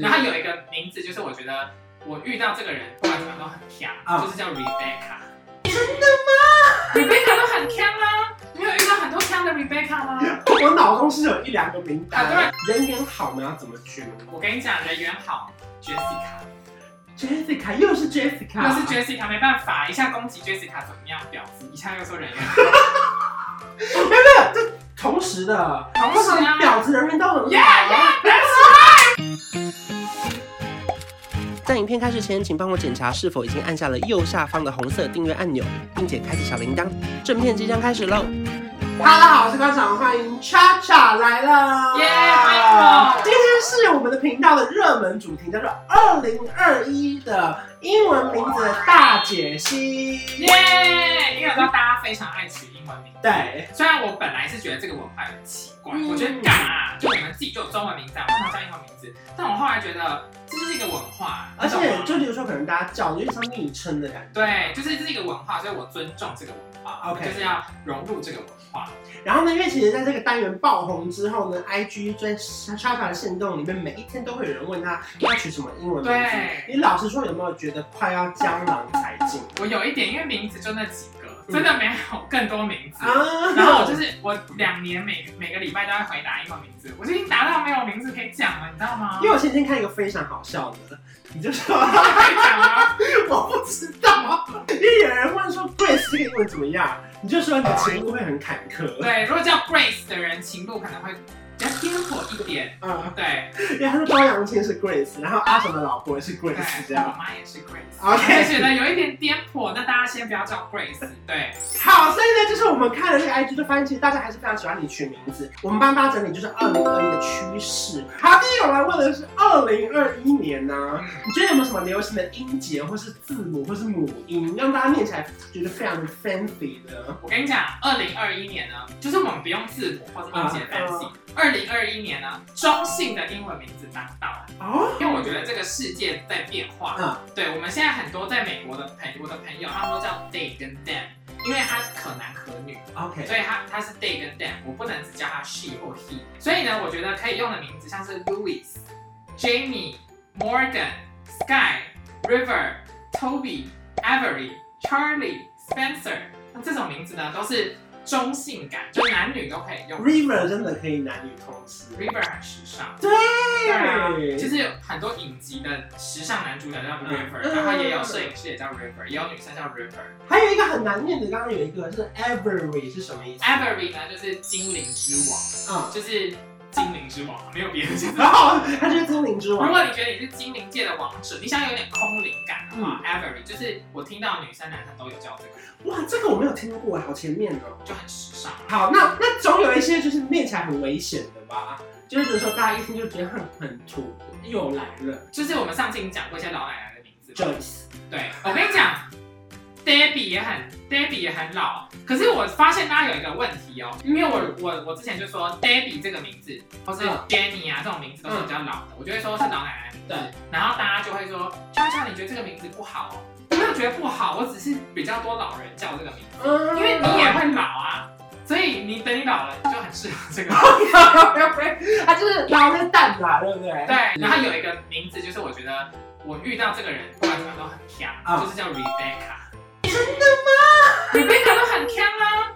然后有一个名字，就是我觉得我遇到这个人，不管怎么样都很强，嗯就是叫 Rebecca。真的吗？Rebecca 都很强啊！你有遇到很多强的 Rebecca 吗？我脑中是有一两个名啊单，人缘好呢要怎么去我跟你讲，人缘好，Jessica， ？Jessica 又是又 Jessica，是 Jessica，没办法，一下攻击 Jessica 怎么样婊子，一下又说人缘好。同时的，同不时是啊婊子人缘都很好。 Yeah, 在影片开始前，请帮我检查是否已经按下了右下方的红色订阅按钮，并且开启小铃铛。正片即将开始喽！ Hello，好，我是观赏，欢迎 Cha Cha 来了，耶欢迎我今天是我们的频道的热门主题，叫做二零二一的英文名字的大解析。耶！因为我知道大家非常爱取英文名，对，虽然我本来是觉得这个文化很奇怪，嗯我觉得干嘛、啊就你们自己就有中文名字啊，为什么要叫英文名字？但我后来觉得这就是一个文化，啊而你懂且吗就比如说，可能大家叫有点像昵称的感觉。对，就是这是一个文化，所以我尊重这个文化 OK 就是要融入这个文化。然后呢，因为其实在这个单元爆红之后呢，IG 在 Cha Cha 的线动里面，每一天都会有人问他要取什么英文名字。对你老实说，有没有觉得快要江郎才尽我有一点，因为名字就那几个，嗯真的没有更多名字。 啊？然后我就是我两年每每个礼拜都要回答英文名字，我就已经达到没有名字可以讲了，你知道吗？ 因为我前天看一个非常好笑的，你就说 可以讲吗？我不知道，啊因为有人问说 Grace 这个英文怎么样，你就说你的前路会很坎坷。，对，如果叫 Grace 的人，情路可能会比较颠簸一点。嗯，对， 因为他说包扬青是 Grace，然后阿雄的老婆是对 Grace 这，我样。妈也是 Grace。 OK 我觉得有一点颠簸，那大家先不要叫 Grace。对，好，所以呢，就是我们看了这个 IG 就发现，其实大家还是非常喜欢你取名字。我们帮大家整理就是二零二一的趋势。好，第一个我来问的是二零二一年呢、嗯你觉得有没有什么流行的音节，或是字母，或是母音，让大家念起来觉得非常的 fancy 的？我跟你讲，二零二一年呢，就是我们不用字母或者英节分析。二零二一年呢，中性的英文名字当道了，哦，因为我觉得这个世界在变化。嗯对，我们现在很多在美国的朋我的朋友，他们都叫 they 跟 them，因为他可男可女， ，OK，所以他他是 they 跟 them，我不能只叫他 she 或 he。所以呢，我觉得可以用的名字像是 Louis、Jamie、Morgan、Sky、River、Toby、Avery、Charlie、Spencer，那这种名字呢都是中性感，就男女都可以 用。 River 真的可以男女通吃。 River 很时尚，对啊，其实有很多影集的时尚男主角叫 River，、嗯然后也有摄影师也叫 River，也有女生叫 River。还有一个很难念的，刚刚有一个是 Avery 是什么意思？ Avery 呢就是精灵之王，嗯，就是精灵之王，没有别的。然后它就是精灵之如王。果你觉得你是精灵界的王者，你想要有点空灵感的嗯话、a v e r y 就是我听到女生男生都有叫这个，哇，这个我没有听过，好前面哦。就很时尚。啊好，那那总有一些就是念起来很危险的吧？就是比如说大家一听就觉得很很土，又来了就是我们上次已经讲过一些老奶奶的名字， Joyce。对我跟你讲，Debbie 也很 Debbie 也很老，啊可是我发现大家有一个问题哦，因为我我我之前就说 Debbie 这个名字，或是嗯 Jenny 啊这种名字都是比较老的，我就会说是老奶奶的名字，对，然后大家就会说，悄悄你觉得这个名字不好哦？我没有觉得不好，我只是比较多老人叫这个名字。嗯因为你 也会老啊，所以你等你老了就很适合 这个。他就是老跟蛋啦，对不对？对，然后有一个名字，就是我觉得我遇到这个人，不管怎么样都很强，嗯就是叫 Rebecca。真的吗？Rebecca 都很强啊！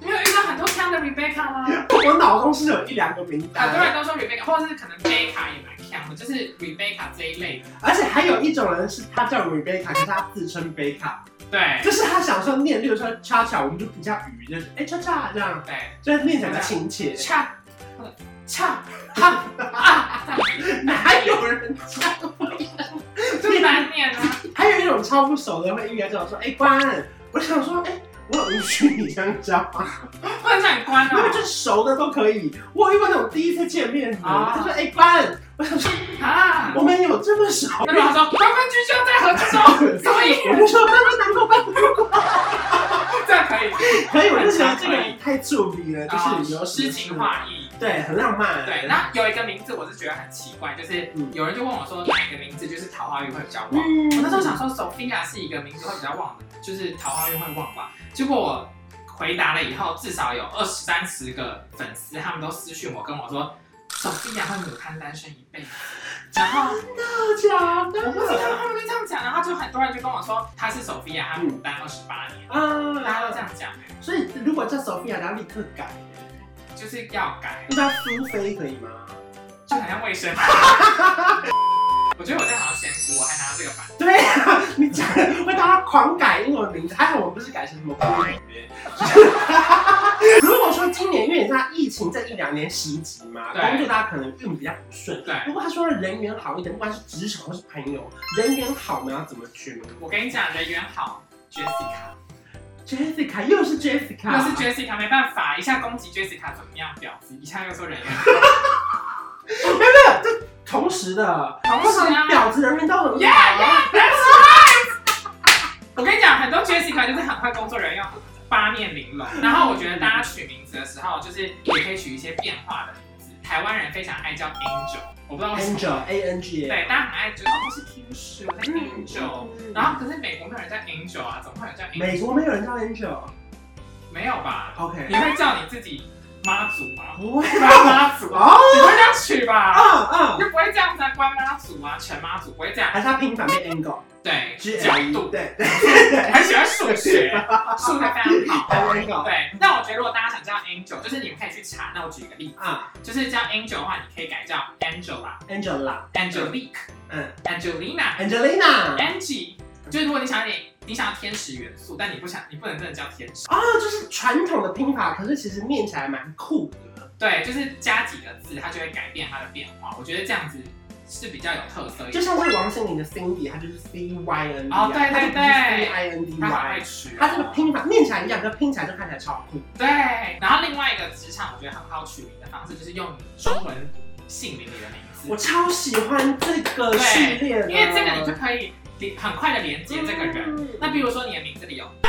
你有遇到很多强的 Rebecca 吗？ 我脑中是有一两个名很多单，人都说 Rebecca，或者是可能 Becca 也蛮强的，就是 Rebecca 这一类的。而且还有一种人是他叫 Rebecca，可是他自称 Becca，对就是他想说念，例如说 Cha Cha，我们就比较鱼，就是哎 Cha Cha 这样，对，就是念起来比较亲切。恰恰哈啊，哪有人这样？就难念啊。还有一种超不熟的会一边叫我说：“哎、关！”我想说：“哎、我有允许你这样叫啊吗？不能让你关那么哦。就是熟的都可以。我有遇过那种第一次见面的，啊他说：“哎、关！”我想说啊：“我，们有这么熟 那么他说关关雎鸠在河之洲。？”什么意思？我就说：“那不难过，那这样可以，可以。”我就觉得这可以个太助理了，就是有有啊诗情，画意。对，很浪漫。对，那有一个名字我是觉得很奇怪，就是嗯有人就问我说哪一个名字就是桃花运会比较旺？我嗯，那时候想说 Sophia 是一个名字会比较旺的，就是桃花运会旺吧。结果我回答了以后，至少有二十三十个粉丝，他们都私讯我跟我说。手机也会母汤单身一辈子。然后假我不知道的他们会这样讲，然后就很多人就跟我说他是 Sophia，他牡丹二十八年，大家都这啊！样讲，所以如果叫 Sophia，然后立刻改，就是要改，那叫苏菲可以吗？就很像卫生。我觉得我这好像仙姑，我还拿这个版。对啊，你讲的会大家狂改英文名字，还好我们不是改成什么国语耶。如果说今年，因为你知道疫情这一两年袭击嘛，对工作大家可能运比较不顺。对如果他说人缘好一点，不管是职场或是朋友，人缘好，我们要怎么取名我跟你讲，人缘好，Jessica， ？Jessica 又是 Jessica，要是 Jessica 没办法，一下攻击 Jessica 怎么样婊子，一下又说人缘好，同时的，同通时常啊婊子人缘都很好。 Yeah, yeah, that's right 我跟你讲，很多 Jessica 就是很会工作人用，八面玲珑。然后我觉得大家取名字的时候，就是也可以取一些变化的名字。台湾人非常爱叫 Angel，我不知道为什么。 Angel A N G 嗯对， A，大家很爱觉得哦是天使，我是 Angel。然后可是美国没有人叫 Angel 啊，怎么会有人叫 Angel？美国没有人叫 Angel。没有吧？你 OK，会叫你自己妈祖 吗？不会关妈祖，啊哦你会这样取啊吧？啊，就不会这样子啊，关妈祖啊，全妈祖不会这样。还是他拼反被 Angle 对， G 角 L E，度，对很喜欢数 学，数学非常好。 ，Angle 对对，那我觉得如果大家想叫 Angel，就是你们可以去查。那我举一个例子，啊就是叫 Angel 的话，你可以改叫 Angela、 Angela， Angelique、嗯 Angelina、 ，Angelina， Angie。就是如果你想要点，你想要天使元素，但你不想，你不能真的叫天使。啊，就是传统的拼法，可是其实念起来蛮酷的。对，就是加几个字，它就会改变它的变化。我觉得这样子是比较有特色一就点。像是王心凌的 Cindy，她就是 C Y N D，啊哦对对对 C I N D 它很爱 Y，吃、啊她这个拼法念起来一样，可是拼起来就看起来超酷。对，然后另外一个职场我觉得很好取名的方式，就是用你中文姓名里的名字我。超喜欢这个系列的，因为这个你就可以连很快的连接这个人。嗯那比如说你的名字里有戴，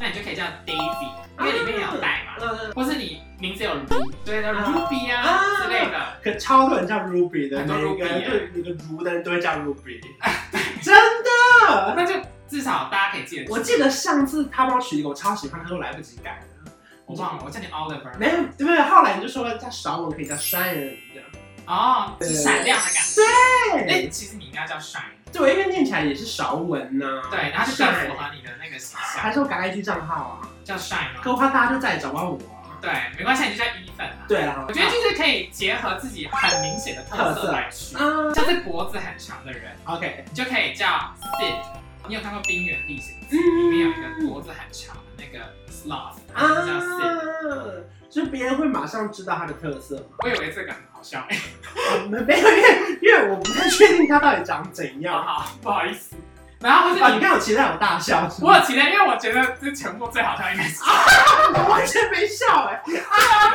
那你就可以叫 Daisy，因为里面有戴嘛。嗯，或是你名字有 Ruby，对的啊，Ruby 啊啊之类的。可超多人叫 Ruby 的，很每多个 Ruby 人耶对那个如的人都会叫 Ruby，真的。那就至少大家可以记得住。我记得上次他帮我取一个我超喜欢，可是我来不及改了。我忘了，我叫你 Oliver。没有，对不对？后来你就说叫少我可以叫 shine 这样。哦，是闪亮的感觉。对，哎，其实你应该叫 Shine，对，因为念起来也是韶文呐、对，然后就更符合你的那个形还象，是我改 IG 账号啊？叫 Shine 嘛。可我怕大家就再也找不到我、啊。对，没关系，你就叫 Ethan 啊。对啊，我觉得就是可以结合自己很明显的特特色色来取，啊像是脖子很长的人。 ，OK，你就可以叫 Sid。你有看过《冰原历险记》？里嗯面有一个脖子很长的那个 sloth，啊它就叫 Sid。，就是别人会马上知道他的特色嘛。我以为这个很好笑，我们没有，因为因为我不太确定他到底长怎好样。好，不好意思。然后或啊，是你你，看我期待我大笑，是我吗有期待，因为我觉得这全部最好笑应该是，我完全没笑哎、啊，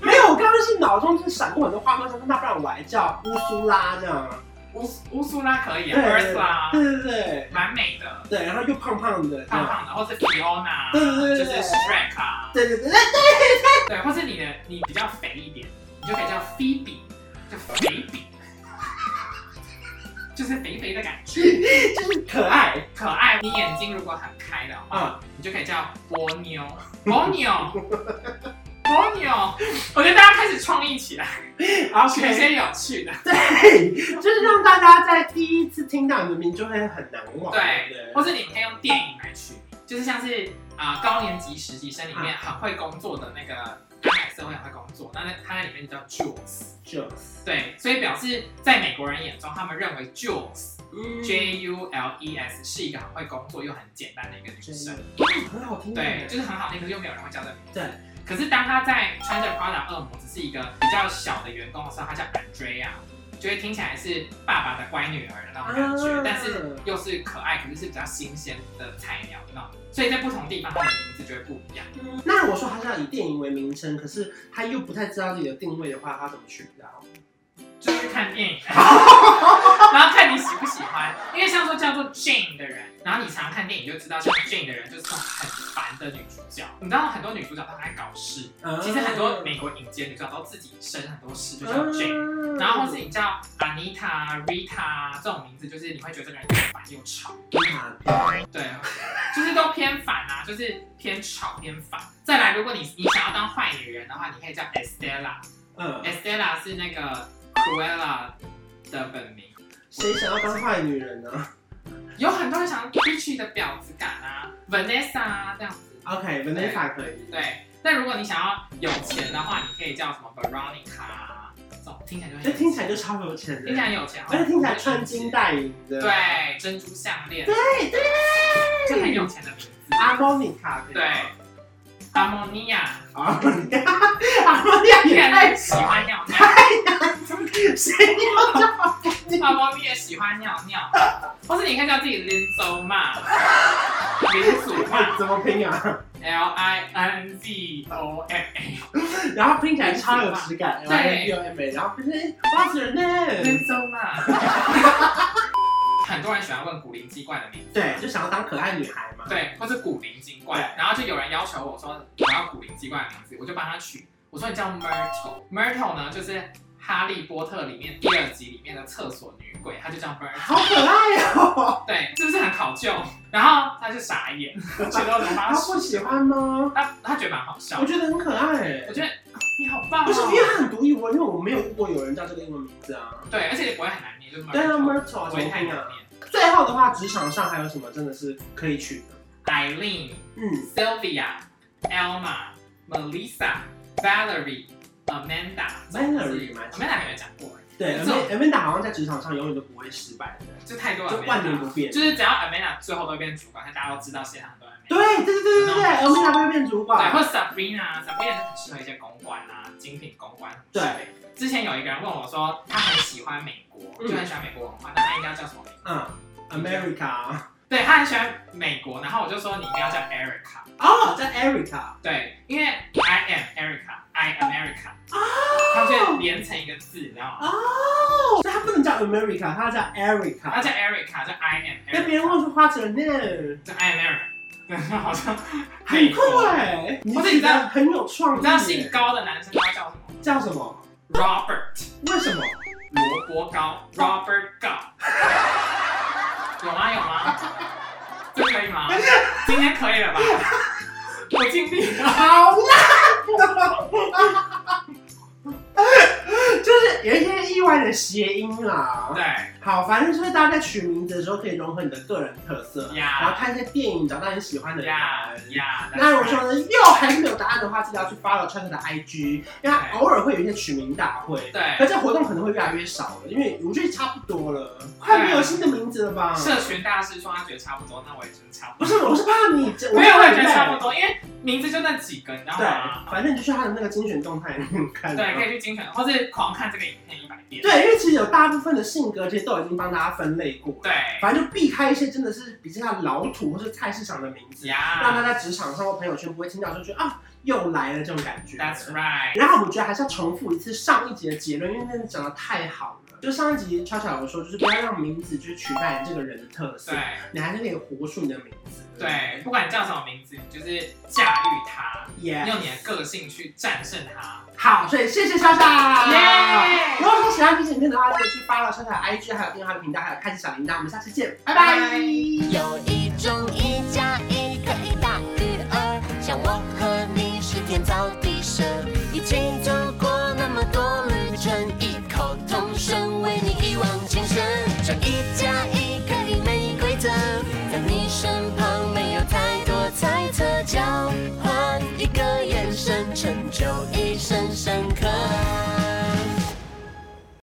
没有，我刚刚是脑中就是闪过很多画面，想说那不然我来叫乌苏拉这样。乌乌苏拉可以对啊，Ursula 对对对蛮美的，对，然后又胖胖的这胖样。胖的，或是 Fiona，啊对对对就对是对 Shrek 啊，对对对对对，或是你的你比较肥一点，你就可以叫 Phoebe，就肥比， 就是肥肥的感觉。就是可爱可爱，你眼睛如果很开的话，你就可以叫波妞，波妞，波妞。我觉得大家开始创意 起来，取一，OK，些有趣的，对，就是让大家在第一次听到你的名就会很难忘，对对或是你们可以用电影来取，就是像是啊、高年级实习生里面很会工作的那个阿凯瑟会很会工作，那那他在里面就叫 Jules， ，Jules，对，所以表示在美国人眼中，他们认为 Jules。J 嗯 U L E S 是一个很会工作又很简单的一个女生，很好听，对，就是很好听，可是又没有人会叫这个名字。对。可是当他在穿着 Prada 恶魔只是一个比较小的员工的时候，他叫 Andrea，就会听起来是爸爸的乖女儿的那种感觉，啊但是又是可爱，可是是比较新鲜的菜鸟那种。所以在不同地方，他的名字就会不一样。那如果说他是要以电影为名称，可是他又不太知道自己的定位的话，他怎么取比较好？就是看电影，然后看你喜不喜欢。因为像说叫做 Jane 的人，然后你常看电影就知道，像 Jane 的人就是那种很烦的女主角。你知道很多女主角她很爱搞事，其实很多美国影街女主角都自己生很多事，就叫 Jane。嗯然后或是你叫 Anita、Rita 这种名字，就是你会觉得这个人又烦又吵，对，啊就是都偏烦啊，就是偏吵偏烦。再来，如果你你想要当坏女人的话，你可以叫 Estella，嗯， Estella 是那个 Cruella 的本名。谁想要当坏女人呢有很多人想 bitch 的婊子感啊，Vanessa 啊这样子。 ？OK，Vanessa 可以。对，但如果你想要有钱的话，你可以叫什么 Veronica 啊，这种听起来就这很听起来就超有钱听起的，来有钱，哦而且听起来穿金戴银的。对珍珠项链，啊对对，就很有钱的名字。阿莫妮卡可以吗对，阿莫尼亚，阿莫妮卡，阿莫妮卡你也太也喜哎欢尿尿，谁要叫阿莫妮阿莫尼也喜欢尿尿，或是你可以叫自己林州嘛，林祖嘛卡？怎么拼啊？ ，L I N Z O M A，然后拼起来超有质感，对然后 U M A，然后拼成八十人呢。林州嘛。很多人喜欢问古灵精怪的名字。对，就想要当可爱女孩嘛。对，或是古灵精怪对，然后就有人要求我说我要古灵精怪的名字，我就帮他取，我说你叫 Myrtle。Myrtle 呢，就是《哈利波特》里面第二集里面的厕所女鬼，她就叫 Myrtle。好可爱哦！对，是不是很考究？然后他就傻眼，我觉得我怎么帮他他不取？喜欢吗？他他觉得蛮好笑我。觉得很可爱我。觉得你好棒、哦，不是，因为他很独一无二，因为我没有遇过有人叫这个英文名字啊。对，而且也不会很难念，就是对啊 Myrtle， ，Myrtle 不怎么会太拼难啊？念。最后的话，职场上还有什么真的是可以取的？ Eileen、嗯， Sylvia、Elma、Melissa、Valerie、Amanda。 Valerie 蛮 Amanda 还没有讲过欸，对这种，Amanda 好像在职场上永远都不会失败的，就太多就 Amanda 万年不变。就是只要 Amanda 最后都会变主管，大家都知道现场都 Amanda。对啊对对对对对，Amanda 不会变主对，或管。者 Sabrina，Sabrina 就很适合一些公关啊、精品公关。对，之前有一个人问我说，他很喜欢美国，嗯就很喜欢美国文化，那他应该叫什么名字？嗯，America。对他很喜欢美国，然后我就说你应该要叫 Erica，哦，叫 Erica。对，因为 I am Erica，I America，他们就连成一个字，你知道吗？哦，所以他不能叫 America，他叫他 Erica。叫 Erica，叫 I am 那别人 Erica，问说花泽呢，叫 I am Erica，对， 好像很酷哎，你或者自你己知道的很有你创知意道耶姓。高的男生他叫什么叫什么？ ？Robert。为什么？萝卜糕 Robert 糕，有吗有吗？这可以吗？今天可以了吧？我尽力了。好烂！就是有一些意外的谐音啦。对，好，反正就是大家在取名字的时候可以融合你的个人特色，呀然后看一些电影，找到你喜欢的人。呀呀，那如果说呢，又还是没有答案的话，记得要去 follow 川哥的 IG，因为他偶尔会有一些取名大会。可对这活动可能会越来越少了，因为我觉得差不多了，快没有新的名字了吧？社群大师说他觉得差不多，那我也觉得差不不多。是，我是怕你这没有，我也觉得差不对多，因为名字就那几个，你知道吗？对，反正你就去他的那个精选动态看。对，可以去精选，或是狂看这个影片一百遍。对，因为其实有大部分的性格其实都已经帮大家分类过，对反正就避开一些真的是比较老土或是菜市场的名字，让大呀家在职场上或朋友圈不会听到就觉得啊又来了这种感觉。 ，That's right。然后我觉得还是要重复一次上一集的结论，因为真的讲的太好了。就上一集悄悄有说，就是不要让名字去取代你这个人的特色，对你还是可以活出你的名字。对，不管你叫什么名字，你就是驾驭它，耶、用你的个性去战胜它。好，所以谢谢莎莎。耶如果说喜欢这期影片的话，记得去 follow 莎莎的 IG，还有订阅她的频道，还有开启小铃铛。我们下次见，拜拜拜有一种一加一可以大于二，像我和你是天造地设，一起走过那么多旅程，异口同声为你一往情深。这一加